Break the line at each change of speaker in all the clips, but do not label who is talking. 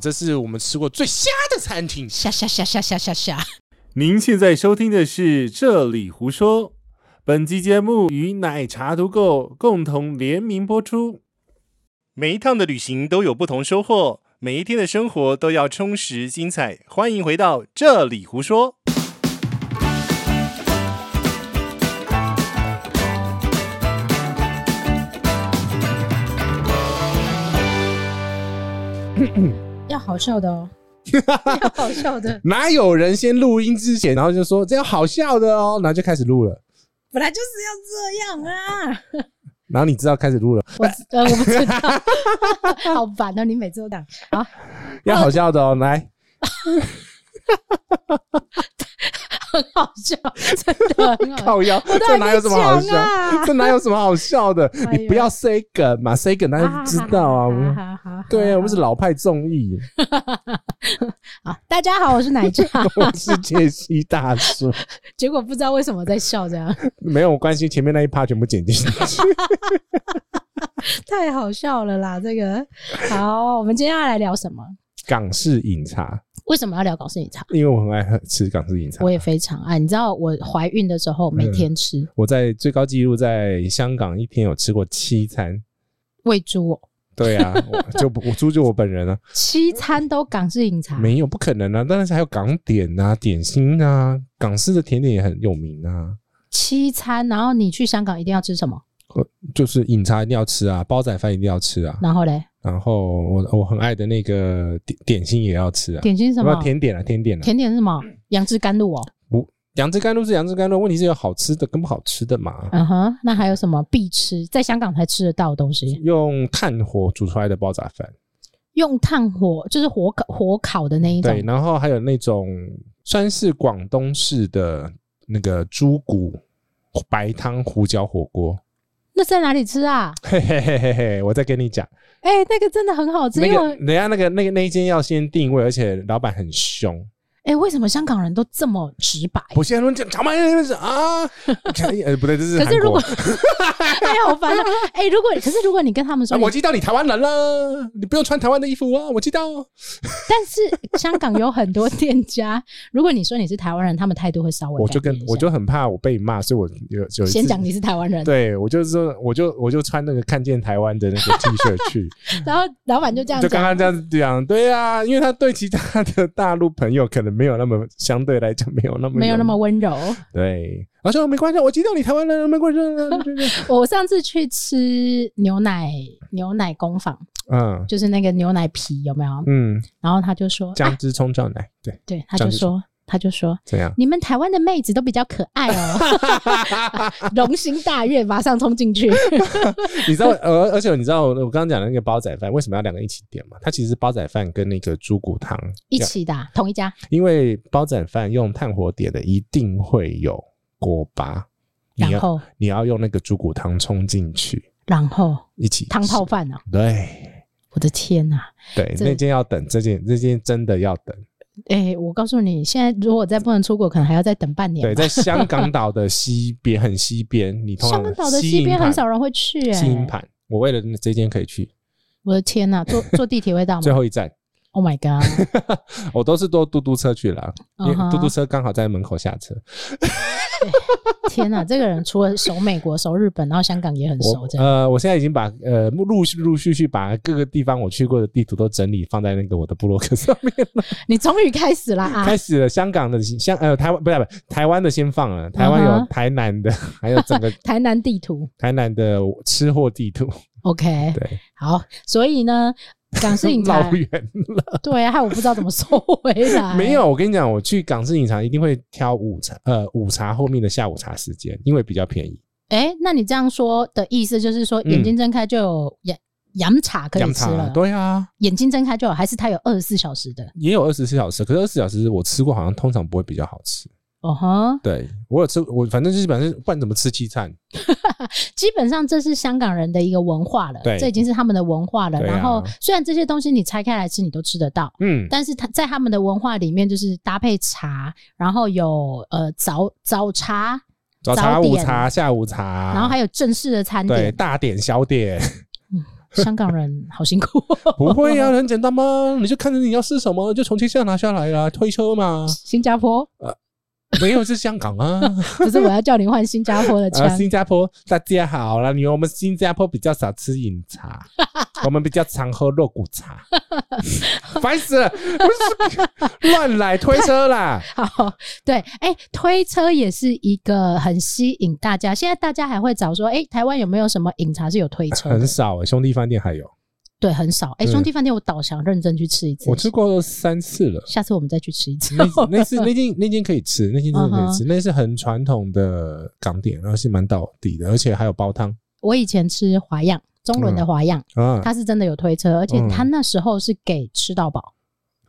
这是我们吃过最瞎的餐厅。
下下下下下下下，
您现在收听的是《这里胡说》，本期节目与奶茶独购共同联名播出。
每一趟的旅行都有不同收获，每一天的生活都要充实精彩。欢迎回到《这里胡说》。
要好笑 的哦，要好笑的，
哪有人先录音之前，然后就说这样好笑的哦，然后就开始录了。
本来就是要这样啊！
然后你知道开始录了，
我 呃我不知道， 好烦哦！你每次都讲啊，
要好笑的哦，来，
很好笑，真的很好笑。
靠腰，
我都还
这哪有什么好
没
笑
讲？啊
这哪有什么好笑的？
哎呦
你不要 say 梗嘛，say 梗大家就知道啊。我们
好好好，
对啊，我们是老派综 艺，
啊！大家好，我是奶茶。
我是杰西大叔。
结果不知道为什么在笑，这样
没有关系，前面那一趴全部剪进去。
太好笑了啦！这个好，我们今天要来聊什么？
港式饮茶，
为什么要聊港式饮茶？
因为我很爱喝吃港式饮茶
我。也非常爱，你知道我怀孕的时候每天吃
我在最高纪录在香港一天有吃过七餐。
喂猪哦，
对啊，我 就不我猪就我本人啊，
七餐都港式饮茶，
没有不可能啊，当然是还有港点啊、点心啊，港式的甜点也很有名啊，
七餐，然后你去香港一定要吃什么？
就是饮茶一定要吃啊，煲仔饭一定要吃啊，
然后嘞，
然后我我很爱的那个点点心也要吃啊，
点心什么
不？甜点啊，甜点啊，
甜点是什么？杨枝甘露哦，
杨枝甘露是杨枝甘露，问题是有好吃的跟不好吃的嘛。
嗯哼，那还有什么必吃，在香港才吃得到的东西？
用炭火煮出来的煲仔饭，
用炭火，就是火烤火烤的那一种
对，，然后还有那种算是广东式的那个猪骨白汤胡椒火锅，
那在哪里吃啊？
嘿嘿嘿嘿嘿，我再跟你讲，
哎、那个真的很好吃，
那
因
个
为
人家那个那个那一间要先定位，而且老板很凶，
哎、为什么香港人都这么直白？
我现在乱讲，讲嘛啊， 呃不对，这是
可
韩
是如
国啊
果， 哎呀，好烦 啊！哎、如果可是如果你跟他们说
啊，
你，
我知道你台湾人了，你不用穿台湾的衣服啊，我知道，
但是香港有很多店家， 如果你说你是台湾人，他们态度会稍微
我就
改
跟
变一下
我就很怕我被骂，所以我有有一次
先讲你是台湾人，
对我就是说，我就我就穿那个看见台湾的那个 T 恤 去，
然后老板就这样
就刚
讲，
刚这样子讲，对啊，因为他对其他的大陆朋友可能没有那么相对来讲没有那么
没有那么温柔。
对，而且没关系，我知道你台湾人，没关系，
我上次去吃牛奶牛奶工坊，
嗯
就是那个牛奶皮有没有？
嗯，
然后他就说，啊
姜汁冲撞 奶，对，
对，他
这
就
样就
说，他就说，
这 样
你们台湾的妹子都比较可爱哦， 龙心大悦，马上冲进去。
你知道，而而且你知道我我刚刚讲的那个煲仔饭为什么要两个一起点吗？它其实是煲仔饭跟那个猪骨汤
一起的啊、同一家，
因为煲仔饭用炭火点的一定会有锅巴，你
然
要
后
你要用那个猪骨汤冲进去
然后
一起
汤
吃
泡饭啊！
对
我的天呐、
对，
这
那间要等，这间这间真的要等。
哎、我告诉你，现在如果再不能出国，可能还要再等半年
对，
吧。
在香港岛的西边， 很西边，你通
香
常
港岛的
西
西边
营盘
很少人会去、
西营
哎，
盘，我为了这间可以去
我的天呐、坐坐地铁 会到
最
吗
后一站，
？Oh my god！
我都是坐嘟嘟车去了，因为
嗯哼
嘟嘟车刚好在门口下车。
天呐、这个人除了熟美国、熟日本，然后香港也很熟，
我
这样
呃，我现在已经把呃陆续陆续续把各个地方我去过的地图都整理放在那个我的部落格上面了。
你终于开始啦啊！
呃开始了，香港的香呃台湾不是不是台湾的先 放了，台湾
嗯
有
哼
台南的，还有整个
台南地图
台南的吃货地 图，
，OK，
对，
好，所以呢，港式饮 茶
老，远
对啊，害我不知道怎么收回来。
没有，我跟你讲，我去港式饮茶一定会挑午茶，呃，午茶后面的下午茶时间，因为比较便宜。
哎、那你这样说的意思就是说，
嗯
眼睛睁开就有洋洋茶可以
洋
吃
茶
了，
对啊，
眼睛睁开就有，还是它有二十四小时的？
也有二十四小时，可是二十四小时我吃过，好像通常不会比较好吃。
哦哼，
对我有吃，我反正就是反正不然怎么吃西餐？
基本上这是香港人的一个文化了，
对
这已经是他们的文化了。
对啊
然后虽然这些东西你拆开来吃你都吃得到，
嗯，
但是它在他们的文化里面就是搭配茶，然后有呃早早茶，
早茶、
早
午
点
茶、下午茶，
然后还有正式的餐
啊对
点，
大点、小点
嗯，香港人好辛苦、
不会啊呀、很简单嘛， 你就看着你要吃什么，就从车上拿下来啦，推车 嘛，
新加坡
没有是香港啊，
不是我要叫你换新加坡的枪
啊，，新加坡大家好啦，你我们新加坡比较少吃饮 茶，我们比较常喝肉骨茶，烦死了，不是 乱来推车 啦，
好，对，哎、推车也是一个很吸引大家。现在大家还会找说，哎、台湾有没有什么饮茶是有推车的？
很少欸兄弟饭店还有，
对，很少。哎、
对
兄弟饭店我倒想认真去吃一次，
我吃过三次了。
下次我们再去吃一次。
那那次那间那间可以吃，那间真的可以吃
嗯
那是很传统的港点，然后是蛮到底的，而且还有煲汤
我以前吃华样，中伦的华样，
啊。
它是真的有推车，而且
嗯
它那时候是给吃到饱，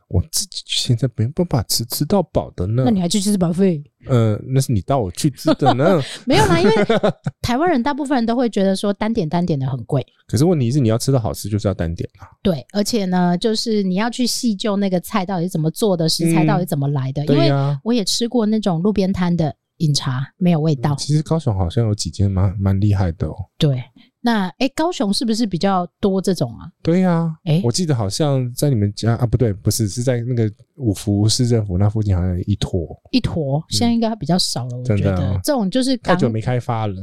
我自己现在没办法吃吃到饱的呢
那，你还去吃保费？
呃，那是你带我去吃的 呢。
没有 啦，因为台湾人大部分人都会觉得说单点单点的很贵。
可是问题是，你要吃到好吃，就是要单点啊啦。
对，而且呢，就是你要去细究那个菜到底怎么做的，食材
嗯
到底怎么来的，因
对
为
呀、
我也吃过那种路边摊的饮茶，没有味道。
其实高雄好像有几间蛮蛮厉害的哦。
对，那诶，高雄是不是比较多这种啊？
对呀、
诶
我记得好像在你们家啊，不对，不是，是在那个五福市政府那附近，好像有一坨，
一坨，现在应该比较少了。我
嗯真
觉
的
得、
哦
这种就是
太
港
久没开发了，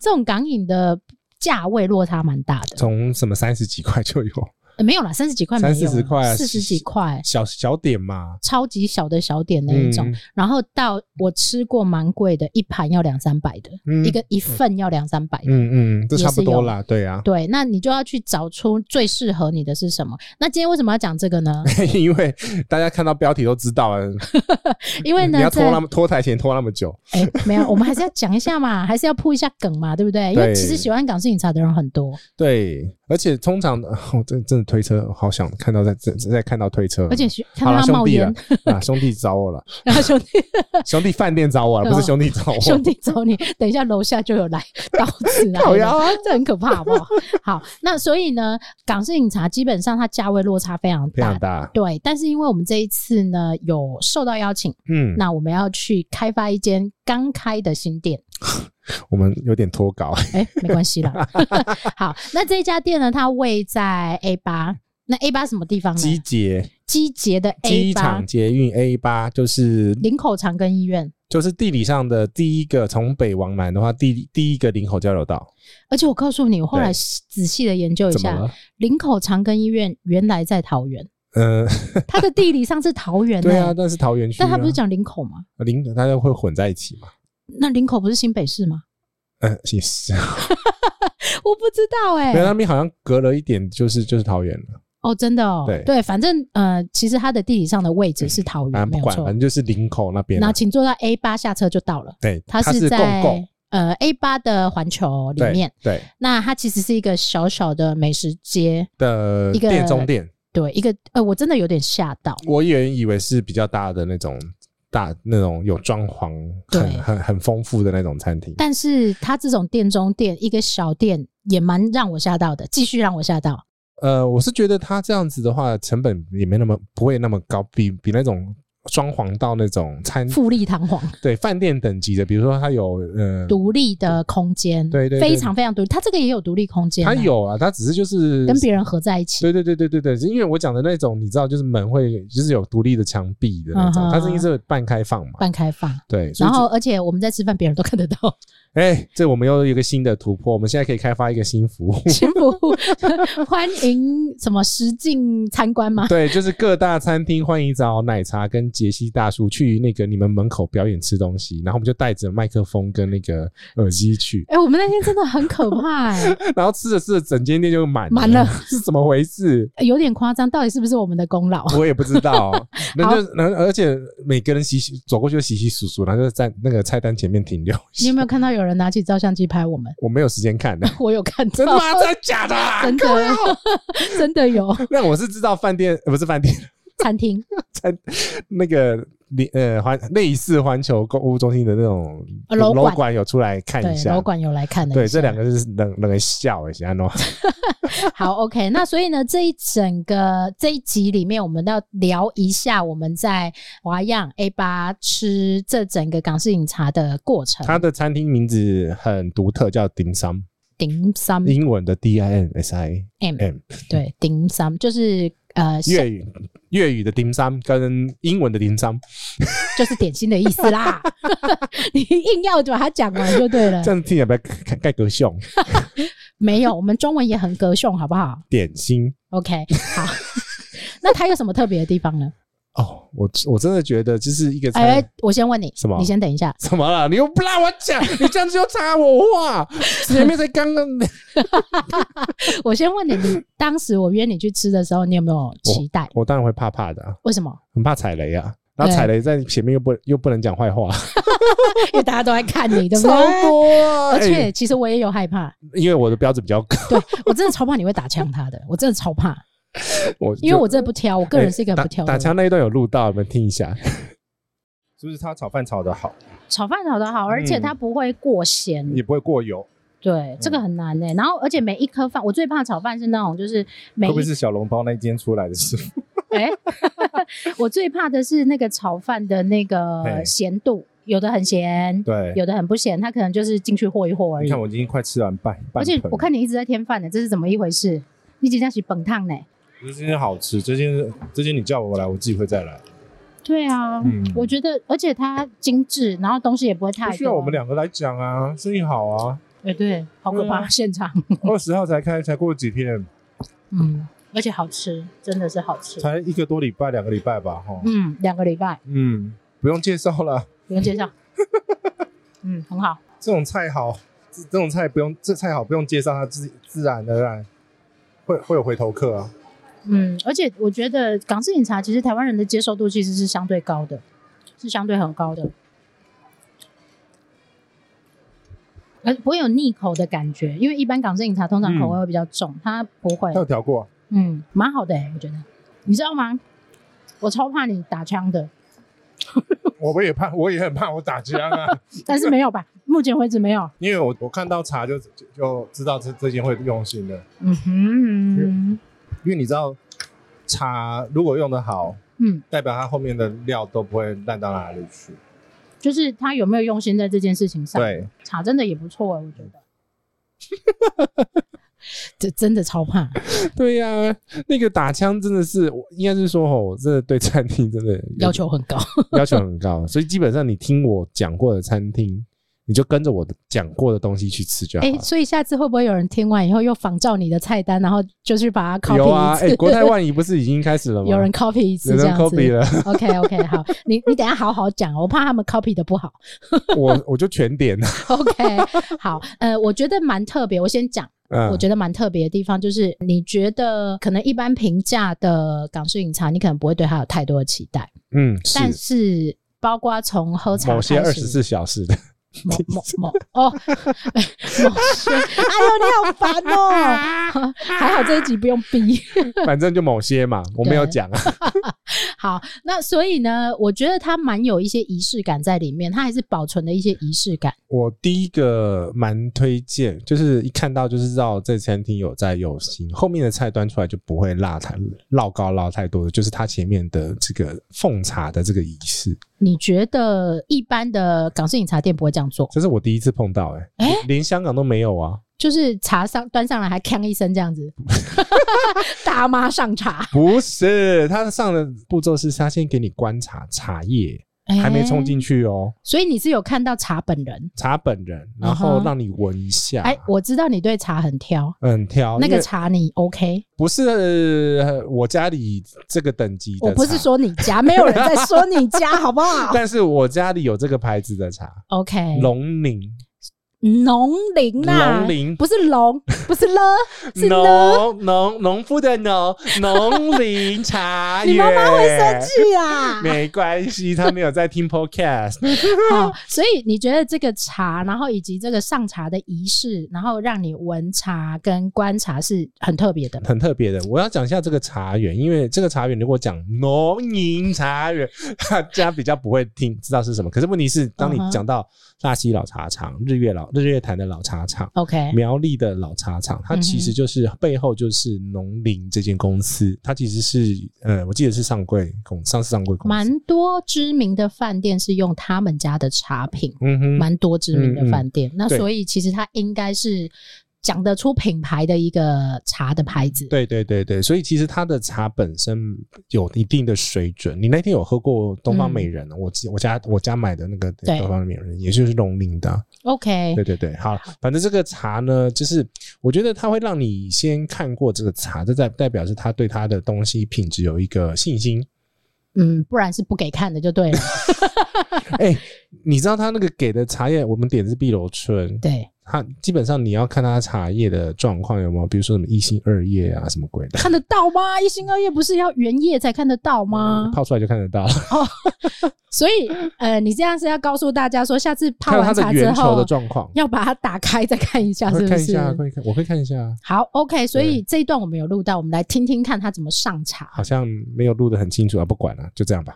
这种港饮的价位落差蛮大的。
从什么三十几块就有
呃没有啦，三十几块没有，
30几块啊
四十几块，
小小点嘛，嗯
超级小的小点那一种。然后到我吃过蛮贵的，一盘要两三百的，
嗯
一个一份要两三百的。
嗯嗯，这差不多啦，对啊，
对，那你就要去找出最适合你的是什么。那今天为什么要讲这个 呢？
因为大家看到标题都知道 了，
因为
你
呢，
要
在
拖那么拖台前拖那么久，
哎、没有，我们还是要讲一下嘛，还是要铺一下梗嘛，对不对？因为
对嗯
其实喜欢港式饮茶的人很多，
对，而且通常我真真的推车，好想看到在在在看到推车，哦
而且喜看
好
到
了
他
兄
冒
弟
烟
了， 啊，兄弟找我 了，
然后兄弟
兄弟饭店找我了，不是兄弟 找我，
哦 兄弟走你，等一下楼下就有来刀子 来
烤
了
鸭，
这很可怕，好不 好？好，那所以呢，港式饮茶基本上它价位落差非常
非
大
常。大，
对，但是因为我们这一次呢有受到邀请，
嗯，
那我们要去开发一间刚开的新店，
我们有点脱稿，
哎，没关系啦。 好，那这家店呢，它位在 A 八，那 A 八什么地方呢？
机捷
机捷的 A
机
八
场捷运 A 八就是
林口长庚医院，
就是地理上的第一个，从北往南的话，第第一个林口交流道，
而且我告诉你，我后来
对
仔细的研究一
怎么了
下，？林口长庚医院原来在桃园，
呃，
它的地理上是桃园、欸，
对啊，，但是桃园区啊，
但它不是讲林口吗？
林口，大家会混在一起嘛？
那林口不是新北市吗？
嗯，也是，
啊我不知道哎、
没有那边好像隔了一点，就是就是桃园了
哦，真的哦，
对
反正呃，其实它的地理上的位置是桃园，
啊，
嗯没
不
有
管，反
错。
正就是林口那边啊。
那请坐到 A 八下车就到了，
对，
它
是
在
共购
呃 A 八的环球里面。
对
那它其实是一个小小的美食街，
的
一个
店中店，
对，一个呃，我真的有点吓到，
我原以为是比较大的那种大那种有装潢
对
很很很丰富的那种餐厅。
但是它这种店中店，一个小店也蛮让我吓到的，继续让我吓到。
呃，我是觉得它这样子的话，成本也没那么不会那么高，比比那种装潢到那种餐
富丽堂皇，
对饭店等级的，比如说它有呃。
独立的空间，
对对对
非常非常独立。它这个也有独立空间、
它。有啊，它只是就是
跟别人合在一起，
对对对对对对，因为我讲的那种，你知道，就是门会就是有独立的墙壁的那种，
嗯哼
它是一直半开放嘛。
半开放，
对，所以
然后而且我们在吃饭，别人都看得 到，。
这哎，这我们又有一个新的突破，我们现在可以开发一个新服务
幸福欢迎什么实境参观吗？
对，就是各大餐厅欢迎找奶茶跟杰西大叔去那个你们门口表演吃东西，然后我们就带着麦克风跟那个耳机去，
哎、我们那天真的很可怕、哎
然后吃着吃着整间店就满
满了，
是怎么回事？
有点夸张，到底是不是我们的功劳？
我也不知道， 人就然后而且每个人洗洗走过去就洗洗簌簌，然后就在那个菜单前面停留。
你有没有看到有人拿起照相机拍 我们？
我没有时间 看的，
我有看到，
真的吗？真的假的啊？
真的真的 有
那我是知道饭店，呃不是饭店，
餐厅
那个里呃环类似环球购物中心的那种
呃楼管
管有出来看一
对
下
楼。管有来看的，
对，这两个就是冷冷笑啊一下喏。
好 OK。那所以呢，这一整个这一集里面，我们要聊一下我们在华样 A 八吃这整个港式饮茶的过程。
它的餐厅名字很独特，叫 Dim Sum。
顶 sum
英文的 D I N S I
嗯 M，
M，
对，顶 sum 就是呃，
粤语粤语的 dim sum 跟英文的 dim sum，
嗯就是点心的意思啦。 你硬要把它讲完就对了
这。样听起来比较盖格凶
没有，我们中文也很歌颂，好不好
点心
？OK，好。 那它有什么特别的地方呢？
哦。我我真的觉得就是一个餐、
哎、我先问你，
什么
你先等一下。
怎么了？你又不让我讲，你这样子又插我 话，前面才刚刚
我先问你，你当时我约你去吃的时候，你有没有期待？
我当然会怕怕的啊、
为什么？
很怕踩雷啊。然后
对
踩雷在前面又不又不能讲坏话，
因为大家都在看 你，对不
超
对？
多啊！
而且
哎
其实我也有害怕，
因为我的标准比较高，
对我真的超怕你会打枪他的，我真的超怕，
我
因为
就
我真的不挑，我个人是一个
哎
不挑的
打打
人。
枪那一段有录到，你们听一下。
是不是他炒饭炒的好，
炒饭炒的好，而且它不会过咸，
嗯也不会过油？
对，这个很难呢、然后而且每一颗饭，我最怕炒饭是那种就是每
会不会
一
是小笼包那间出来的师 傅？
哎， 我最怕的是那个炒饭的那个
嘿
咸度，有的很咸，
对，
有的很不咸，它可能就是进去和一和而
你
已
看。我已经快吃完半半
而且
盆
我看你一直在添饭呢，这是怎么一回事？你今天是本烫呢？
我觉得这间好吃，这间这间你叫我来，我自己会再来，
对啊，
嗯
我觉得，而且它精致，然后东西也不会太
不
多。
需要我们两个来讲啊，生意好啊，
哎，对，好可怕，
对啊
现场，
二十号才开，才过几天，
嗯，而且好吃，真的是好吃。
才一个多礼拜、两个礼拜吧，哈，
嗯，两个礼拜
嗯，不用介绍了，
不用 介绍，嗯，很好。
这种菜好，这这种菜不用，这菜好不用介绍，它自自然而然会会有回头客啊，
嗯，而且我觉得港式饮茶其实台湾人的接受度其实是相对高的，是相对很高的，而呃不会有腻口的感觉，因为一般港式饮茶通常口味会比较重，它不会
他，有调过啊，
嗯，蛮好的、欸，我觉得，你知道吗？我超怕你打枪 的，
我们也怕，我也很怕我打枪啊，
但是没有吧？目前为止没有。
因为我我看到茶就就就知道这这间会用心的，
嗯哼，
因为你知道茶如果用的好，
嗯，
代表它后面的料都不会烂到哪里去。
就是他有没有用心在这件事情上？，
对，
茶真的也不错、欸，我觉得。 这真的超怕，
对呀、那个打枪真的是，我应该是说吼，我真的对餐厅真的有
要求很高。
要求很高，所以基本上你听我讲过的餐厅，你就跟着我的讲过的东西去吃就好
哎、
了。
所以下次会不会有人听完以后又仿照你的菜单，然后就去把它 copy
有啊，
一
哎、
次？
国泰万怡不是已经开始了吗？
有人 copy 一次
有
这
人
样子。
copy 了，
OK OK，好，你你等一下好好讲，我怕他们 copy 的不好。
我我就全点了。
OK，好，呃，我觉得蛮特别。我先讲，
嗯，
我觉得蛮特别的地方就是，你觉得可能一般平价的港式饮茶，你可能不会对它有太多的期待，
嗯
但
是
是包括从喝茶
某些
开
二
始
十四小 时的，
某某某哦，某些，哎呦，你好烦哦！还好这一集不用逼。
反正就某些嘛，我没有讲啊。
好，那所以呢，我觉得它蛮有一些仪式感在里面，它还是保存了一些仪式感。
我第一个蛮推荐，就是一看到就是知道这餐厅有在用心，后面的菜端出来就不会辣太烙高烙太多的，就是它前面的这个奉茶的这个仪式，
你觉得一般的港式饮茶店不会这样做，
这是我第一次碰到、欸，哎、
哎
连香港都没有啊。
就是茶上端上来还呛一声这 样子，大妈上茶，
不是，他上的步骤是他先给你观察茶叶，还没冲进
哎
去哦，
所以你是有看到茶本人。
茶本人，然
嗯
后
哼
让你闻一下。
哎，我知道你对茶很挑，
很挑，哦
那
因
个
为
茶你 OK，
不是呃我家里这个等级的
我不是
茶，
说啊你 家，没有人在说你家，好不好
但是我家里有这个牌子的茶，
？OK，
龙陵，
农林啦，
农林
不是 龙，不是了，是呢。
农农农夫的 农，农林茶园。
你妈妈会生气啊！
没关系，他没有在听 podcast。
好，所以你觉得这个茶，然后以及这个上茶的仪式，然后让你闻茶跟观察是很特别的。
很特别的，我要讲一下这个茶园，因为这个茶园如果讲农营茶园， 大家比较不会听知道是什么。可是问题是，当你
嗯哼
讲到大溪老茶厂、日月老日月潭的老茶厂、
OK，
苗栗的老茶厂，它
嗯
其实就是背后就是农林这间公司，它其实是呃，我记得是上柜公上市上柜公司，
蛮多知名的饭店是用他们家的茶品，
嗯哼，
蛮多知名的饭店。那
对
所以其实它应该是讲得出品牌的一个茶的牌子。
对对对对，所以其实它的茶本身有一定的水准。你那天有喝过东方美人？啊我记我家我家买的那个
嗯对
东方美人，也就是龙陵的啊、
，OK，
对对对，好，反正这个茶呢，就是我觉得它会让你先看过这个茶，这代代表是他对他的东西品质有一个信心。
嗯，不然是不给看的就 对了。
哎、你知道他那个给的茶叶，我们点的是碧螺春，
对，
它基本上你要看它茶叶的状况有没有，比如说什么一心二叶啊，什么鬼的。
看得到吗？一心二叶不是要原叶才看得到吗？
泡出来就看得到，
所以，呃，你这样是要告诉大家说，下次泡
看
完
它
茶
的
之
源头
后
的，状况。
要把它打开再看一下，啊是
会
不
看一
是？
下，会看，我会看一下。啊
好，OK，所以这一段我们有录到，我们来听听看他怎么上茶。
好像没有录得很清楚啊，不管了、就这样吧。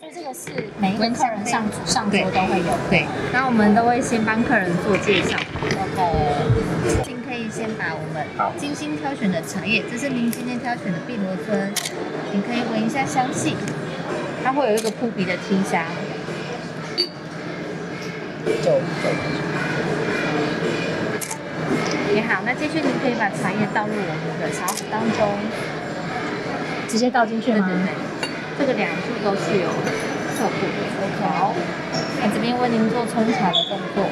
就这个是每一个客人上上桌
对
都会有的，
对，那我们都会先帮客人做介绍，然后您可以先把我们精心挑选的茶叶，这是您今天挑选的碧螺春，你可以闻一下香气，它会有一个扑鼻的清香。也好，那接续您可以把茶叶倒入我们的茶壶当中，
直接倒进去
对对
吗？
对，这个两处都是有色布的。好，那这边为您做冲茶的动作。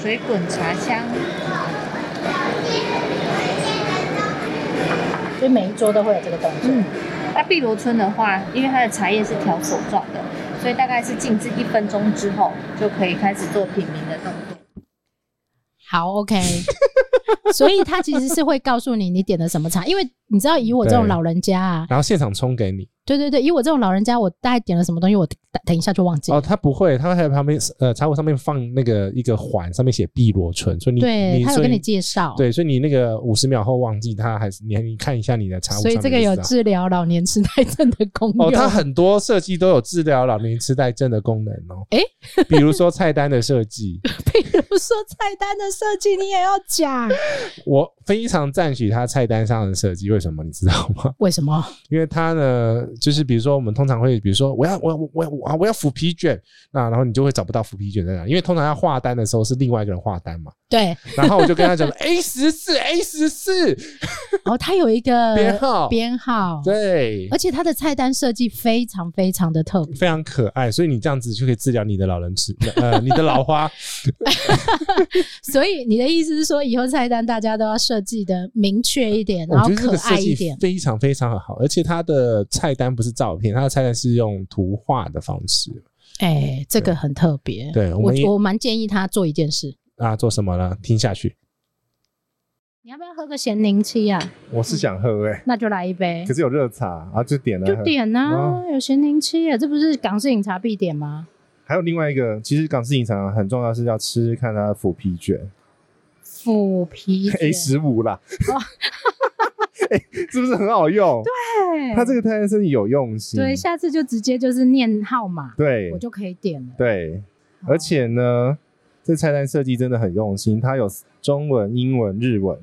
水滚茶香，
所以每一桌都会有这个动作。
嗯，那碧螺春的话，因为它的茶叶是条索状的，所以大概是静置一分钟之后，就可以开始做品茗的动作。
好，OK。所以他其实是会告诉你你点的什么茶，因为你知道以我这种
对
老人家啊，
然后现场冲给你
对对对，以我这种老人家，我大概点了什么东西，我等等一下就忘记了。
哦，他不会，他会在旁边呃茶壶上面放那个一个环，上面写碧螺春，所以你
对
你
他有
所以
跟你介绍，
对，所以你那个五十秒后忘记它，还是你你看一下你的茶壶
所
上面
以
就知道，
这个有治疗老年痴呆症的功用。
哦，它很多设计都有治疗老年痴呆症的功能哦。
诶
比如说菜单的设 计，
比如说菜单的设计，你也要讲，
我非常赞许它菜单上的设计。为什么你知道吗？
为什么？
因为它呢，就是比如说我们通常会，比如说我要我我我我啊我要腐皮卷，那然后你就会找不到腐皮卷在哪，因为通常要画单的时候是另外一个人画单 嘛。
对，
然后我就跟他讲 A 十四 A 十四
哦，它有一个
编号，
编号，
对
而，且它的菜单设计非常非常的特别。
非常可爱，所以你这样子就可以治疗你的老人痴， 呃，你的老花。
所以你的意思是说，以后菜单大家都要设计的明确一点，
我
然
觉
后
得这
可
个设
爱一
计
点。
非常非常好，而且它的菜单不是照片，它的菜单是用图画的方式
哎、这个很特别。
对我
我
们也
我蛮建议他做一件事。
啊。做什么呢？听下去。
你要不要喝个咸柠七呀、啊？
我是想喝哎、
那就来一杯
可，是有热茶啊，就点了
就
喝。
点呐、
哦
啊，有咸柠七耶，这不是港式饮茶必点吗？
还有另外一个，其实港式饮茶很重要，是要吃吃看它的腐皮卷
腐 皮哦
A 十五啦。 哎、是不是很好用？
对，
它这个太太身体有用心。
对，下次就直接就是念号码，
对
我就可以点了。
对，而且呢，这菜单设计真的很用心，它有中文、英文、日文。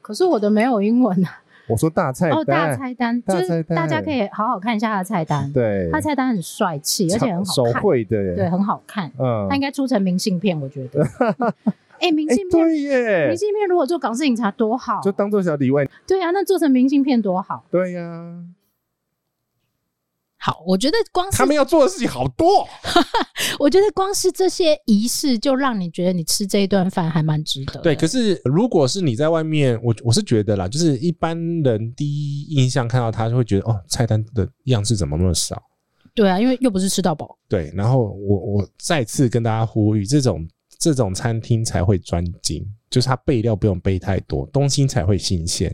可是我的没有英文啊。
我说大菜
哦，大
单，
菜单
大
就
菜
是
单
大家可以好好看一下他的菜单，
对，
他菜单很帅气，而且很好
手
看，
绘的耶，
对，啊很好看。
嗯
他应，该出成明信片，我觉 得。哎、明
哎
信，片
对耶
明，信片如果做港式饮茶多好，
就当做小礼物，
对啊，那做成明信片多好。
对呀，
好，我觉得光是
他们要做的事情好多，
我觉得光是这些仪式，就让你觉得你吃这一顿饭还蛮值得的。
对。可是如果是你在外面，我我是觉得啦，就是一般人第一印象看到它就会觉得哦，菜单的样式怎么那么少？
对啊，因为又不是吃到饱。
对，然后我我再次跟大家呼吁，这种这种餐厅才会专精，就是它备料不用备太多，东西才会新鲜。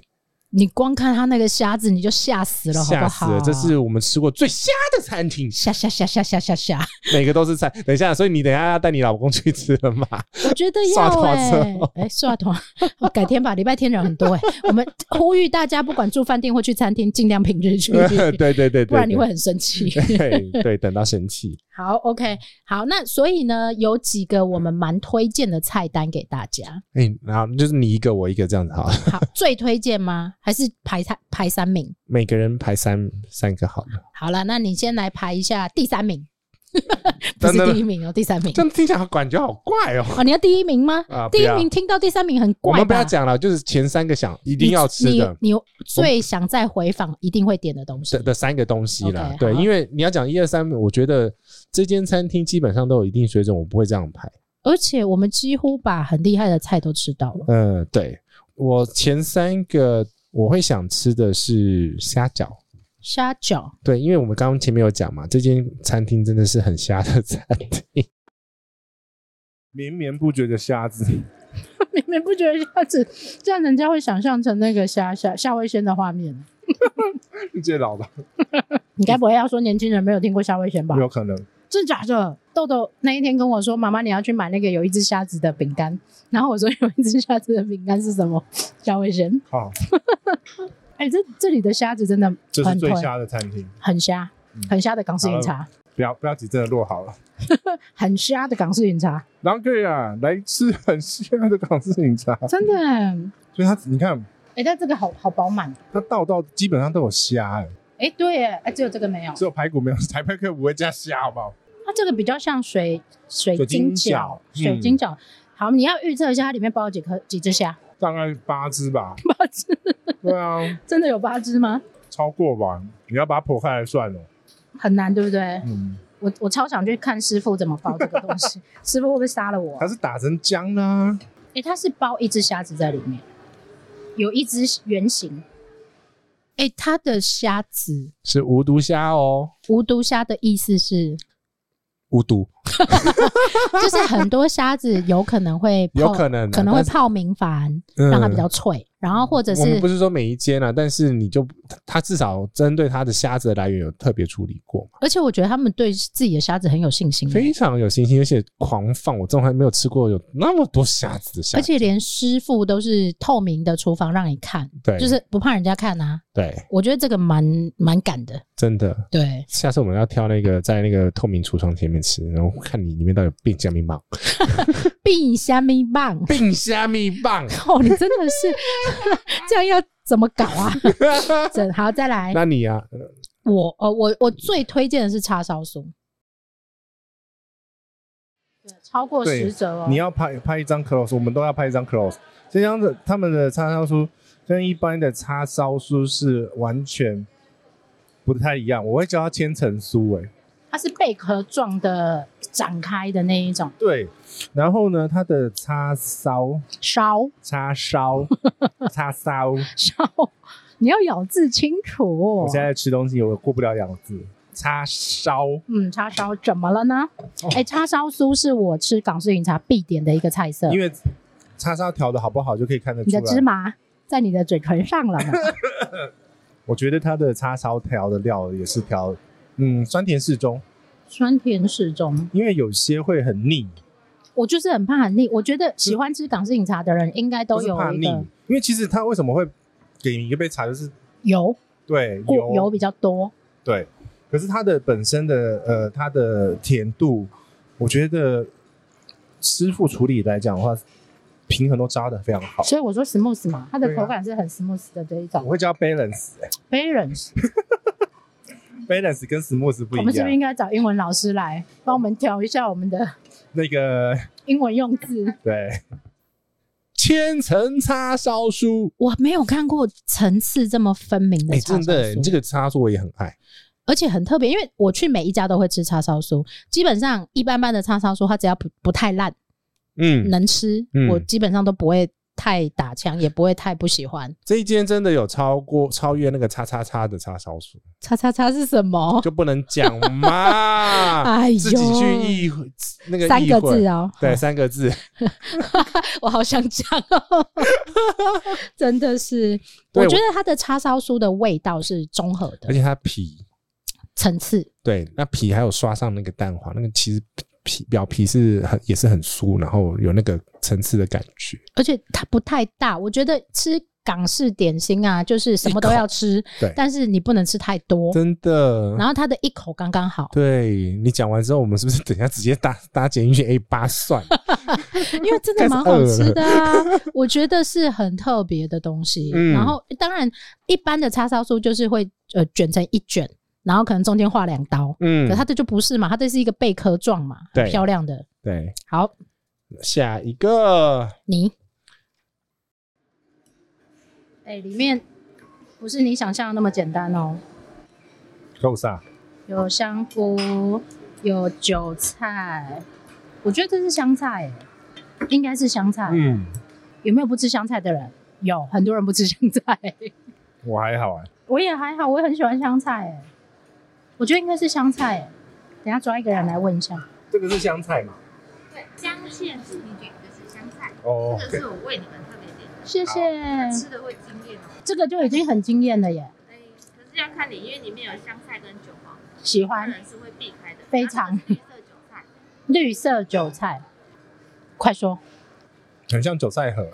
你光看他那个虾子，你就吓死了，好不
吓
好？
死了！这是我们吃过最瞎的餐厅，
吓吓吓吓吓吓吓！
每个都是菜。等一下，所以你等一下要带你老公去吃了 吗？
我觉得
刷
要
团
哎、
之后
哎，刷团，我改天吧，礼拜天人很多哎、我们呼吁大家，不管住饭店或去餐厅，尽量平日去，
对 对对对对，
不然你会很 生气。
对对，等到生气。
好，OK，好，那所以呢，有几个我们蛮推荐的菜单给大家。
哎、然后就是你一个我一个这样子好了，
好， 最推荐吗？还是排三排三名？
每个人排三三个好了。
好了，那你先来排一下第三名。 不
真的
是第一名哦，第三 名
这样听起来感觉好怪哦。
哦，你要第一名吗？
啊，不
第一
要
名听到第三名很
我
怪吧？
们不要讲了，就是前三个想一定要吃的
你你你最想再回访一定会点的东西
的。的三个东西啦。
OK，
对，
好
因为你要讲一二三，我觉得这间餐厅基本上都有一定水准，我不会这样排。
而且我们几乎把很厉害的菜都吃到了。
嗯，对我前三个我会想吃的是虾饺。
虾饺，
对，因为我们刚刚前面有讲嘛，这间餐厅真的是很虾的餐厅。
绵绵不绝的 虾子，
你们不觉得这样子，这样人家会想象成那个虾夏夏威鲜的画面？
这老了，
你该不会要说年轻人没有听过夏威鲜吧？
有可能。
真假的？豆豆那一天跟我说：“妈妈，你要去买那个有一只虾子的饼干。” 然后我说：“有一只虾子的饼干是什么？ 夏威鲜。
好，”
哎，这这里的虾子真的
这是
很
最
推
虾的餐厅，
很虾，很虾的港式饮茶，
不要不要急，真的落好了。
很虾的港式饮茶，
然后可以啊，来吃很香的港式饮茶。
真的哎。
所以它你看，
哎，但这个好好饱满。
它道道基本上都有虾，哎，
哎，对耶，哎，只有这个没有。
只有排骨没有，台排客不会加虾，好不好？
它这个比较像水水晶饺，
水晶
水
饺
晶饺。好，你要预测一下它里面包几颗几只虾？
大概八只吧，
八只，
对啊，
真的有八只吗？
超过吧。你要把它剖开来算了。
很难，对不对？
嗯，
我我超想去看师傅怎么包这个 东西，师傅会不会杀了我啊？
它是打成浆的啊，
诶，它是包一只虾子在里面，有一只圆形。诶，它的虾子
是无毒虾哦，
无毒虾的意思是，
无毒
就是很多虾子有可能会泡
有可能啊
可能会
但是
泡明矾，
嗯
让它比较脆，然后或者
我们
是
不是说每一间啊，但是你就它至少针对它的虾子的来源有特别处理过嘛，
而且我觉得他们对自己的虾子很有信心，
非常有信心，而且狂放，我从来没有吃过有那么多虾子的虾
而，且连师傅都是透明的厨房让你看，
对，
就是不怕人家看啊。
对，
我觉得这个蛮蛮敢的，
真的。
对，
下次我们要挑那个在那个透明橱窗前面吃，然后看你里面到底有变加密棒，。
并虾米棒
变加密棒。
哦，你真的 是这样要怎么搞啊？ 真好，再来。
那你啊，
我哦，我我最推荐的是叉烧酥，超过
对
十折哦。
你要拍拍一张 close，我们都要拍一张 close。这张的他们的叉烧酥跟一般的叉烧酥是完全不太一样，我会叫它千层酥、欸，
它是贝壳状的展开的那一种
对，然后呢，它的叉烧、
烧
叉烧、叉烧，我
烧， 你要咬字清楚、哦。
现在吃东西我过不了两个字，叉烧。
嗯，叉烧怎么了呢？
哦
哎、叉烧酥是我吃港式饮茶必点的一个菜色。
因为叉烧调的好不好就可以看得出
你
来。
的芝麻在你的嘴唇上 了呢。
我觉得它的叉烧调的料也是调，嗯，酸甜适中，
酸甜适中，
因为有些会很腻，
我就是很怕很腻。我觉得喜欢吃港式饮茶的人应该都
嗯不是
有
怕
一
腻
个。
因为其实它为什么会给你一杯茶，就是
油
对
过
油
油比较多，
对，可是它的本身的呃它的甜度，我觉得师傅处理来讲的话，平衡都抓的非常好。
所以我说 smooth 嘛，它的
对啊
口感是很 smooth 的这一
我
种。
会叫 balance，balance、
Balance，
balance 跟 smooth 不
我
一
们是不是
样。
应该找英文老师来帮我们调一下我们的
那个
英文用字？
对，
千层叉烧酥，
我没有看过层次这么分明
哎、
的叉烧
真的欸，
酥
你这个叉烧酥我也很爱。
而且很特别，因为我去每一家都会吃叉烧酥，基本上一般般的叉烧酥，它只要不不太烂，
嗯，
能吃，
嗯
我基本上都不会太打枪，也不会太不喜欢。
这一间真的有超过超越那个叉叉叉的叉烧酥，
叉叉叉是什么？
就不能讲嘛。
哎呦
自己去意会那个
三
意
个
会
字哦，
对，三个字。
我好想讲哦， 真的是，
对
我
我
觉得它的叉烧酥的味道是综合
而
的
且它皮，
层次，
对，那皮还有刷上那个蛋黄，那个其实皮表皮是很也是很酥，然后有那个层次的感觉。
而且它不太大，我觉得吃。港式点心啊，就是什么都要吃
对，
但是你不能吃太多。
真的。
然后它的一口刚 刚好，
对你讲完之后，我们是不是等一下直接搭搭捷运去 A 八算？
因为真的蛮好吃的啊， 我觉得是很特别的东西。
嗯
然后当然，一般的叉烧酥就是会呃卷成一卷，然后可能中间划两刀。
嗯
可，它这就不是嘛，它这是一个贝壳状嘛，很
对
漂亮的。
对，
好，
下一个
你
哎、里面不是你想象的那么简单哦，
够啥？
有香菇，有韭菜，我觉得这是香菜，应该是香菜。
嗯，
有没有不吃香菜的人？有很多人不吃香菜，
我还好啊，
我也还好，我也很喜欢香菜哎，我觉得应该是香菜哎。等一下抓一个人来问一下，
这个是香菜嘛？
对，姜蟹是你卷的是香菜，
哦
这个是我为你们特别点
谢谢
的，。吃的会惊艳哦。
这个就已经很惊艳了耶，
哎，可是要看你，因为里面有香菜跟韭黄，
喜
有的
欢
人是会避开的。
非常
然后这个是绿色韭菜，
绿色韭菜，快说
很像韭菜盒，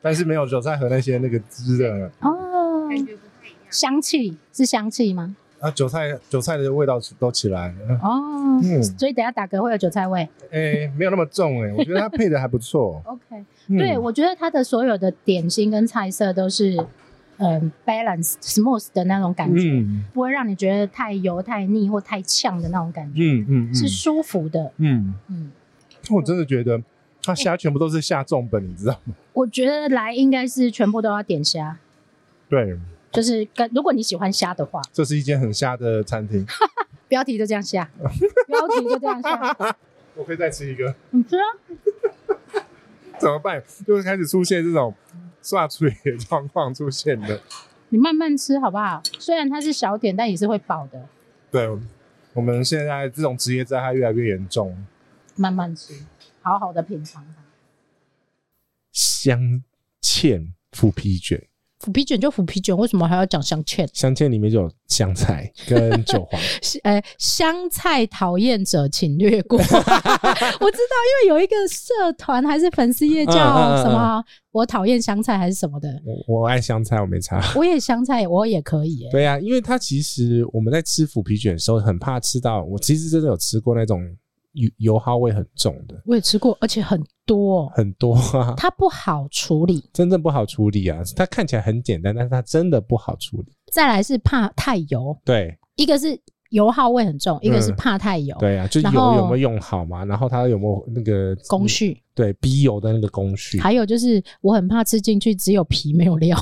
但是没有韭菜盒那些那个汁的
哦，
感觉不太一样。
香气是香气吗？
啊，韭菜韭菜的味道都起来了。
哦，
嗯，
所以等一下打嗝会有韭菜味。。
哎、没有那么重哎、我觉得它配的还不错
OK，、
嗯
对我觉得它的所有的点心跟菜色都是嗯 balance smooth 的那种感觉，
嗯
不会让你觉得太油、太腻或太呛的那种感觉，
嗯嗯嗯
是舒服的。
嗯，
嗯，
我真的觉得它虾全部都是下重本，你知道吗？
我觉得来应该是全部都要点虾，
对，
就是跟如果你喜欢虾的话，
这是一间很虾的餐厅。
标题就这样虾，标题就这样虾，
我可以再吃一个，
你知道。
怎么办？就是开始出现这种刷嘴的状况出现的。
你慢慢吃好不好？虽然它是小点，但也是会饱的。
对，我们现在这种职业灾害越来越严重。
慢慢吃，好好的品尝它。
香芡腐皮卷，
腐皮卷就腐皮卷，为什么还要讲香芡？
香芡里面就有香菜跟韭黄，
呃、香菜讨厌者请略过。我 知道，因为有一个社团还是粉丝页叫
嗯嗯嗯嗯
什么“我讨厌香菜”还是什么的。
我我爱香菜，我没差。
我也香菜，我也可以、耶
对呀、因为它其实我们在吃腐皮卷的时候，很怕吃到。我其实真的有吃过那种油油耗味很重的，
我也吃过，而且很多，哦
很多啊，
它不好处理。
真正不好处理啊。它看起来很简单，但是它真的不好处理。
再来是怕太油，
对
一个是油耗味很重，一个是
嗯
怕太油。
对呀、啊，就是
哦然
油
后
有没有用好嘛？然后它有没有那个
工？序，
对，逼油的那个工序。
还有就是我很怕吃进去只有皮没有料。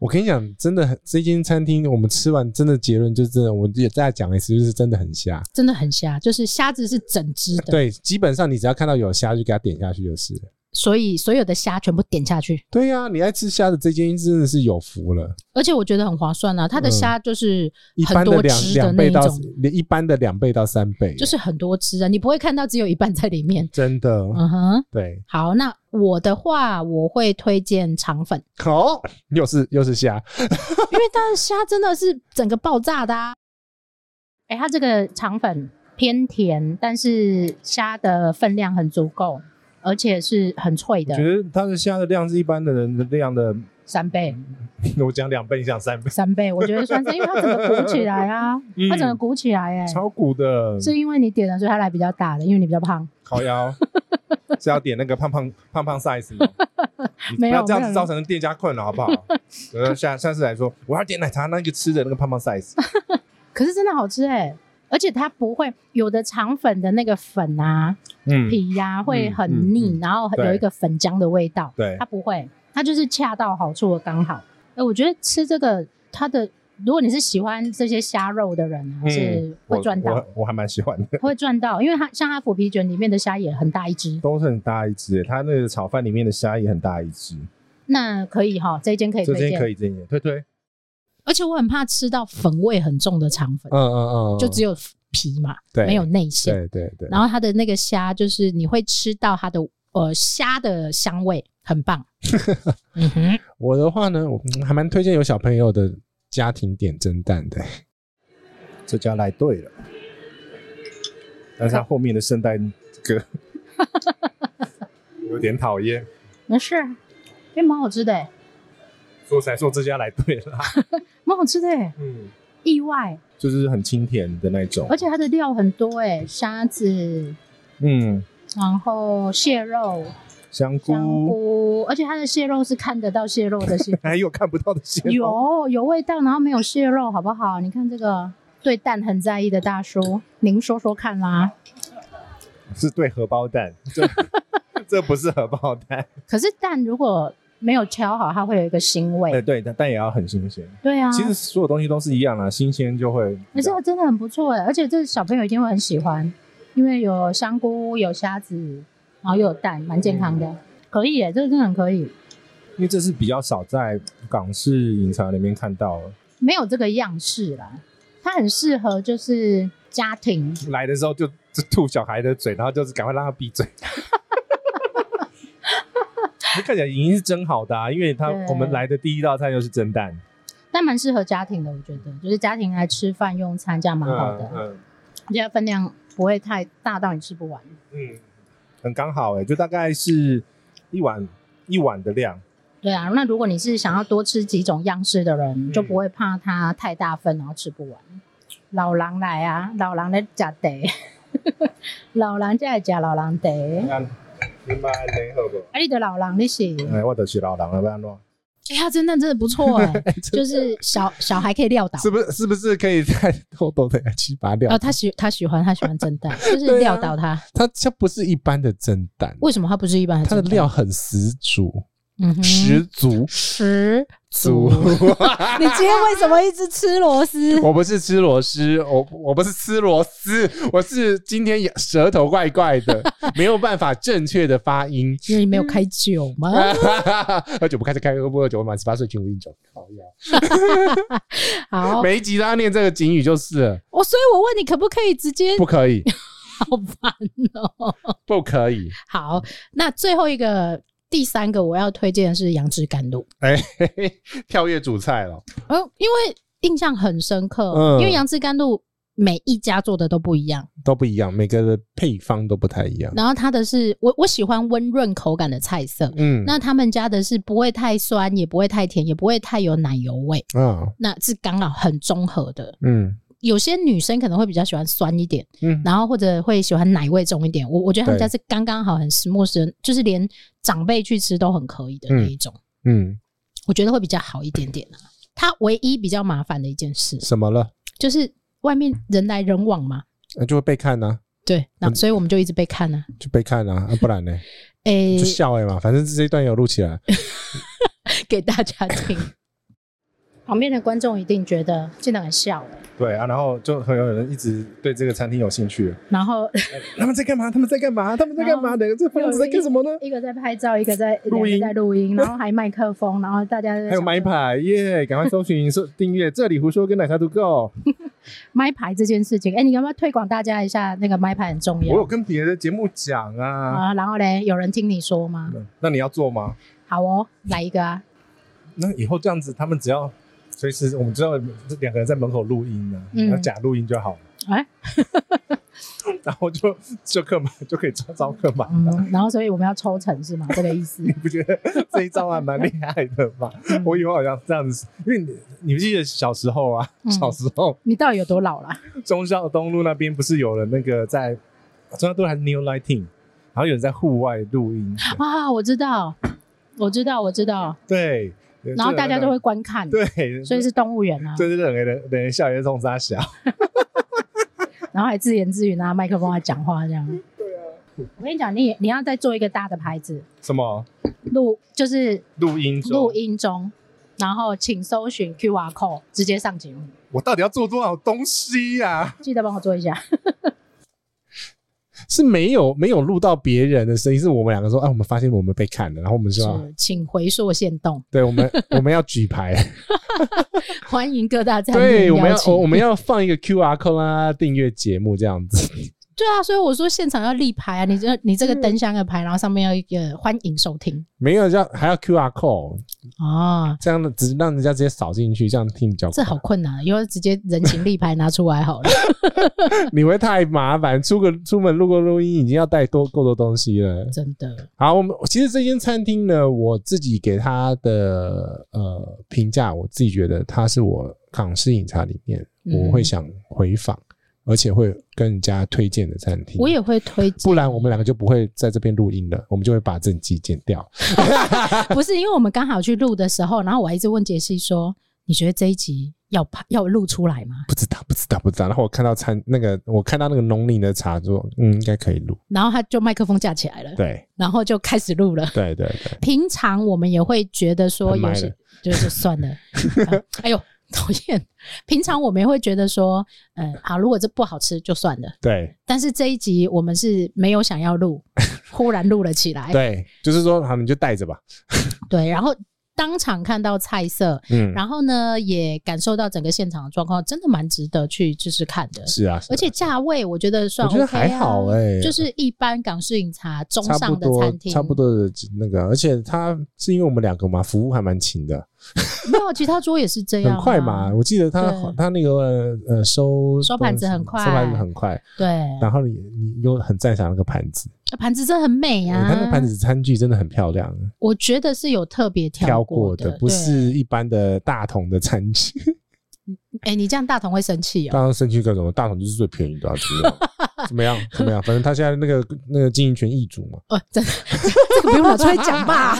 我跟你讲，真的很，这间餐厅我们吃完，真的结论就是真的，我也再讲一次，就是真的很瞎。
真的很瞎，就是虾子是整只的，
对，基本上你只要看到有虾，就给它点下去就是了。
所以所有的虾全部点下去，
对呀、你爱吃虾的这间真的是有福了。
而且我觉得很划算啊，它的虾就是
嗯一
很
般的
多
两
只
两
那
倍
一
到
种，
一般的两倍到三倍，
就是很多只啊，你不会看到只有一半在里面。
真的。
嗯哼，
对，
好，那我的话我会推荐 肠粉，
好，又是又是虾，
因为它的虾真的是整个爆炸的啊。
哎、它这个肠粉偏甜，但是虾的分量很足够，而且是很脆
我觉
的，
得它的虾的量是一般的人的量的，
三倍，
我讲两倍，你讲三倍，
三倍，我觉得算是，因为它整个鼓起来 啊，它整个鼓起来、哎、
嗯超鼓的
是因为你点了，所以它来比较大的，因为你比较胖。
烤腰是要点那个胖胖胖胖 size 吗？你不
没有
要这样
没
子
有
造成店家困扰，好不好？ 我要下下次来说，我要点奶茶那个吃的那个胖 胖 size，
可是真的好吃哎、而且它不会有的肠粉的那个粉啊、
嗯，
皮呀、会
嗯
很
嗯
腻，
嗯
然后
对
有一个粉浆的味道。
对
它不会，它就是恰到好处的刚好。哎，我觉得吃这个，它的如果你是喜欢这些虾肉的人啊，
嗯
是会赚
我
到
我，我还蛮喜欢的，
会赚到，因为它像它腐皮卷里面的虾也很大一只，
都是很大一只耶，它那个炒饭里面的虾也很大一只，
那可以哈，这一间可以
这
推
间可
荐。
以，这间推推，
而且我很怕吃到粉味很重的肠粉，
嗯嗯嗯，
就只
有
有皮嘛，
对
没有内馅。
对对对，
然后它的那个虾，就是你会吃到它的呃虾的香味，很棒。嗯哼，
我的话呢，我嗯还蛮推荐有小朋友的家庭点蒸蛋的，
这家来对了，但是它后面的圣诞歌有点讨厌，
没事，哎，蛮好吃的哎，
所以我才说这家来对了，
蛮好吃的哎，
嗯，
意外，
就是很清甜的那种，
而且它的欸料很多哎，虾子，
嗯。
然后蟹肉，
香
香
菇，，
菇，而且它的蟹肉是看得到蟹肉的蟹
还有哎看不到的蟹 肉，
有有味道，然后没有蟹肉，好不好？你看这个对蛋很在意的大叔，您说说看啦。
是对荷 包蛋，这这不是荷包蛋，
可是蛋如果没有敲好，它会有一个腥味。
哎，对，但但也要很新鲜。
对啊，
其实所有东西都是一样啦，新鲜就会
可
比
是
较。
它真的很不错哎，而且这小朋友一定会很喜欢，因为有香菇、有虾子，然后又有蛋，蛮健康
嗯
的，可以哎，这个真的很可以，
因为这是比较少在港式饮茶里面看到的，
没有这个样式啦，它很适合就是家庭，
来的时候就 就吐小孩的嘴，然后就是赶快让他闭嘴。 看起来已经是蒸好的、啊，因为他
对
我们来的第一道菜就是蒸蛋，
但蛮适合家庭的，我觉得，就是家庭来吃饭用餐这样蛮好的，
嗯
而且它分量不会太大到你吃不完。
嗯嗯，很刚好哎、就大概是一碗一碗的量，
对啊，那如果你是想要多吃几种样式的人，就不会怕它太大份然后吃不完。老狼来啊，老狼在 假得，老狼在假老狼得。
啊
看你妈能喝不？
啊，你的老狼你是？
哎，我就是老狼了，不然弄。
哎呀，真的真的不错哎、就是 小小孩可以撂倒。
是不是是不是可以再偷偷 的去把它
哦，
料？
他喜他喜欢他喜欢蒸蛋，就是
对
撂
啊
倒他。
呃它它不是一般的蒸蛋，
为什么他不是一般
它的
蒸蛋
料很十足，
嗯哼
十足
十
足
足？。 你今天为什么一直吃螺丝？
我不是吃螺丝，我我不是吃螺丝，我是今天也舌头怪怪 的，没有办法正确的发音。
因为你没有开酒吗？
喝酒不开车开，喝不喝酒，我满十八岁请勿饮酒。好呀，
好，
每一集都要念这个警语就是了，
我所以，我问你可不可以直接？
不可以，
好烦哦。
不可以。
好，那最后一个。第三个我要推荐的是杨枝甘露，
哎、嘿嘿，跳跃主菜了。
嗯、因为印象很深刻，
嗯
因为杨枝甘露每一家做的都不一样，
都不一样，每个的配方都不太一样。
然后它的是我我喜欢温润口感的菜色，
嗯，
那他们家的是不会太酸，也不会太甜，也不会太有奶油味，
啊，
那是刚好很综合的。
嗯
有些女生可能会比较喜欢酸一点，
嗯，
然后或者会喜欢奶味重一点。我我觉得他们
对
家是刚刚好，很 smooth，的就是连长辈去吃都很可以的那一种，
嗯，
我觉得会比较好一点点啊。它唯一比较麻烦的一件事
什么了？
就是外面人来人往嘛，
那就会被看呐、
对，那
嗯
所以我们就一直被看啊。
就被看呐、啊，不然呢？
诶、
就笑哎、嘛，反正这一段有录起来。
给大家听，
旁边的观众一定觉得这两个笑了，
对啊，然后就很有人一直对这个餐厅有兴趣了。
然后
他们在干嘛？他们在干嘛？他们在干
哦
嘛？两个这疯子在干什么呢？
一个在拍照，一个在
录音
两个在录音，然后还麦克风，然后大家
还有买牌耶！赶快搜寻、搜订阅，这里胡说跟奶茶独购。
麦牌这件事情。哎，你要不要推广大家一下？那个麦牌很重
我有
要
跟别的节目讲啊，
啊。然后嘞，有人听你说吗？
那你要做吗？
好哦，来一个啊。
那以后这样子，他们只要随时，我们知道这两个人在门口录音呢、啊，
嗯
然后假录音就好了。
哎，
然后就就客满就可以招招客满了。
嗯，然后所以我们要抽成是吗？这个意 思。
你不觉得这一招还蛮厉害的吗？
嗯
我以后好像这样子，因为你你不记得小时候啊，
嗯
小时候
你到底有多老啦？
中孝东路那边不是有了那个在中孝东路还是 New Lighting，然后有人在户外录音，
啊，我知道，我知道，我知道。
对，
然后大家都会观看，
对，
所以是动物园啊。
对对对，人人人笑也冲沙小，
然后还自言自语拿麦克风来讲话这样。对啊，我跟你讲，你也你要再做一个大的牌子，
什么
录就是
录音中
录？音中，然后请搜寻 QR code 直接上节目，
我到底要做多少东西呀、啊？
记得帮我做一下。
是没有没有录到别人的声音，是我们两个说，哎、我们发现我们被看了，然后我们
是
说，啊
请回溯线动，
对， 我们我们要举牌，
欢迎各大餐厅
对，我们
邀
要哦
请
我我们要放一个 Q R code 啊，订阅节目这样子，
对啊，所以我说现场要立牌啊，你
嗯
这你这个灯箱的牌，然后上面要一个欢迎收听
没有要还要 Q R code，
啊，
这样只让人家直接扫进去，这样听比较
这
快。
好困难，以后直接人情立牌拿出来好 了。
你会太麻烦，出个出门录个录音已经要带多够多东西了。
真的，
好，我们其实这间餐厅呢，我自己给它的呃评价，我自己觉得它是我港式饮茶里面
嗯
我会想回访，而且会跟人家推荐的餐厅。
我也会推荐，
不然我们两个就不会在这边录音了，我们就会把整集剪掉。嗯
不是因为我们刚好去录的时候，然后我还一直问杰西说：“你觉得这一集要拍要录出来吗
不知道，不知道，不知道。然后我看到餐那个，我看到那个农林的茶桌，嗯，应该可以录。？”
然后他就麦克风架起来了，
对，
然后就开始录了。
对，对，对，
平常我们也会觉得说
很
有
埋
些
了
就 是算了，啊哎呦讨厌。平常我们也会觉得说，嗯，好，如果这不好吃就算了。
对，
但是这一集我们是没有想要 录，忽然录了起来，
对，就是说，好，你就带着吧。
对，然后当场看到菜色，
嗯，
然后呢也感受到整个现场的状况，真的蛮值得去试试看的。
是啊，是啊
而且价位我觉得算、
我
OK
觉
啊、
得还好欸
就是一般港式饮茶中
差不
上的
多
餐，厅，
差不多的那个，而且他是因为我们两个嘛，服务还蛮勤的，
没有其他桌也是这样、啊
很快嘛。，我记得他
对
哦他那个呃收
嗯收盘子很快
收盘子很快。
对，
然后你你又很赞赏那个盘子，
盘子真的很美
欸
啊！
他那个盘，子餐具真的很漂亮，
我觉得是有特别
挑
过
过的，不是一般的大桶的餐具。
哎、诶你这样大同会生气哦、
当然，生气干什么？大桶就是最便宜的、啊，怎么样？怎么样？怎么样？反正他现在那个那个经营权易主嘛，
哦，真的， 这个不用拿出来讲吧？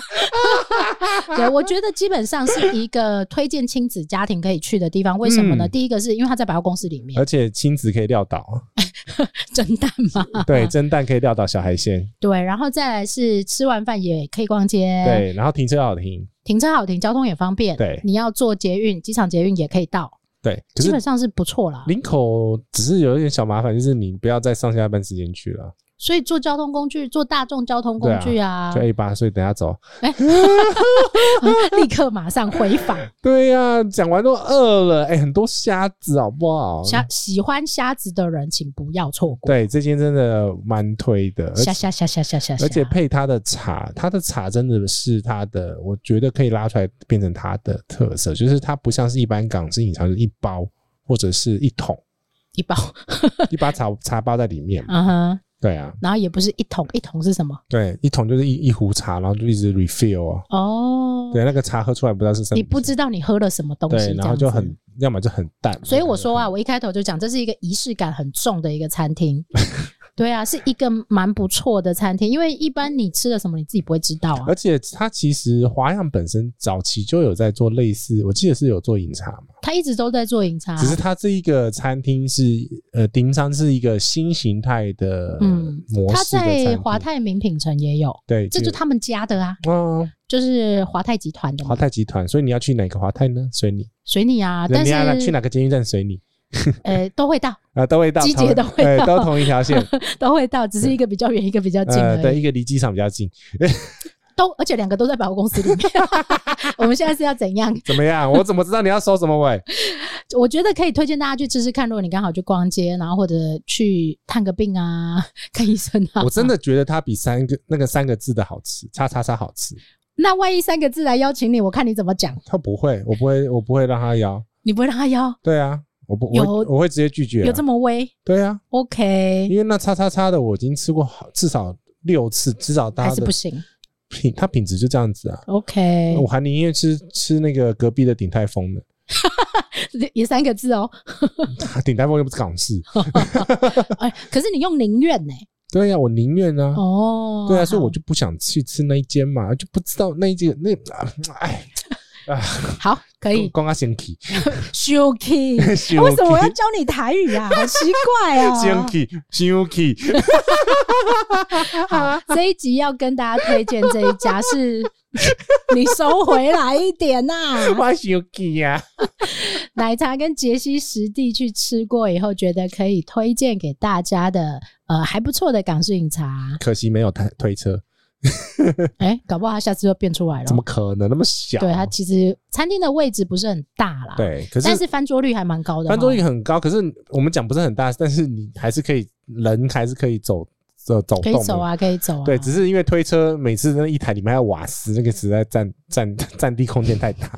对，我觉得基本上是一个推荐亲子家庭可以去的地方。为什么
嗯
呢？
呃
第一个是因为它在百货公司里面
而，且亲子可以撂倒，啊
蒸蛋嘛。
对，蒸蛋可以撂倒小海鲜，
对，然后再来是吃完饭也可以逛街，，
对，然后停车好停，
停车好停，交通也方便。
对
你要坐捷运、机场捷运也可以到，
对。可
基
是
本上是不错啦。
林口只是有一点小麻烦，就是你不要在上下班时间去了，
所以坐交通工具，坐大众交通工具啊，
就 A 八，所以等下走。
立刻马上回访。
对呀、讲完都饿了，哎、很多虾子好不好？
虾喜欢虾子的人，请不要错过。
对，这间真的蛮推的，而且
虾虾虾虾虾虾虾，
而且配它的茶，它的茶真的是它的，我觉得可以拉出来变成它的特色，就是它不像是一般港式饮茶，就是一包或者是一桶
一包，
一把茶茶包在里面嘛。
嗯哼，
对啊，
然后也不是一桶，一桶是什么？
对，一桶就是一一壶茶，然后就一直 refill 啊。
哦，
对，那个茶喝出来不知道是什么，
你不知道你喝了什么东西，
对，然后
这
就
样子
很，要么就很淡。
所以我说啊，
要么
我一开头就讲，这是一个仪式感很重的一个餐厅。 对啊，是一个蛮不错的餐厅，因为一般你吃了什么你自己不会知道
就
啊
很，而且它其实华阳本身早期就有在做类似，我记得是有做饮茶嘛。
他一直都在做饮茶，
只是它这一个餐厅是呃，顶上是一个新形态的
嗯
模
他
式的餐厅
在华泰名品城也有，
对，
这就他们家的啊，
啊
就是华泰集团的嘛
华泰集团，所以你要去哪个华泰呢？随你，
随你啊，但
你要去
是
哪 个监狱站随你
呃都会到，
啊，都会到
集
同
结都会到
对都同一条线，
都会到，只是一个比较远，一个比较近而
呃，
已。
对，一个离机场比较近，
都而且两个都在百货公司里 面。我们现在是要怎样？
怎么样？我怎么知道你要收什么尾？
我觉得可以推荐大家去吃吃看。如果你刚好去逛街，然后或者去探个病啊，看医生啊，
我真的觉得它比三个那个三个字的好吃，叉叉叉好吃。
那万一三个字来邀请你，我看你怎么讲。
他不会，我不会，我不会让他邀。
你不会让他邀，
对啊，我不，我
有
会我会直接拒绝啊。
有这么威
对啊，
？OK，
因为那叉叉叉的我已经吃过好至少六次，至少它
还是
的
不行
品它品质就这样子啊。
？OK，
我还宁愿吃吃那个隔壁的鼎泰丰的，
也三个字哦。
鼎泰丰又不是港式。
哎，可是你用宁愿呢？
对呀、我宁愿啊。
哦，
对啊，所以我
好
就不想去吃那一间嘛，就不知道那一间那，哎，
好可以。
光光阿先提
Shuki，
Shuki
为什么我要教你台语 啊？好奇怪啊！
先提先提，
哦好，这一集要跟大家推荐这一家是， 你收回来一点呐、
我啊先提呀。
奶茶跟杰西实地去吃过以后，觉得可以推荐给大家的，呃，还不错的港式 饮茶。
可惜没有推推车，
哎、搞不好它下次就变出来了。
怎么可能那么小？
对，它其实餐厅的位置不是很大啦，，
对，可是
但是翻桌率还蛮高的哦。
翻桌率很高，可是我们讲不是很大，但是你还是可以人还是可以走走走
可
动
以
的
走啊，可以走啊。
对，只是因为推车每次那一台里面还有瓦斯，那个实在占占占地空间太大。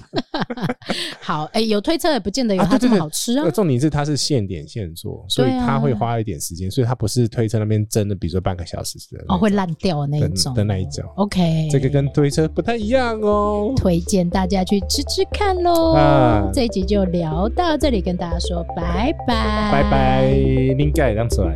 好，哎、有推车也不见得有
啊
它
对
这
对
么
对
好吃啊。
呃重点是它是现点现做，所以
对啊
它会花一点时间，所以它不是推车那边蒸的，比如说半个小时的那种
哦，会烂掉的那
的
一种哦
的那一种。
OK，
这个跟推车不太一样哦。
推荐大家去吃吃看喽。
啊
这一集就聊到这里，跟大家说拜拜，
拜拜，应该也让出来。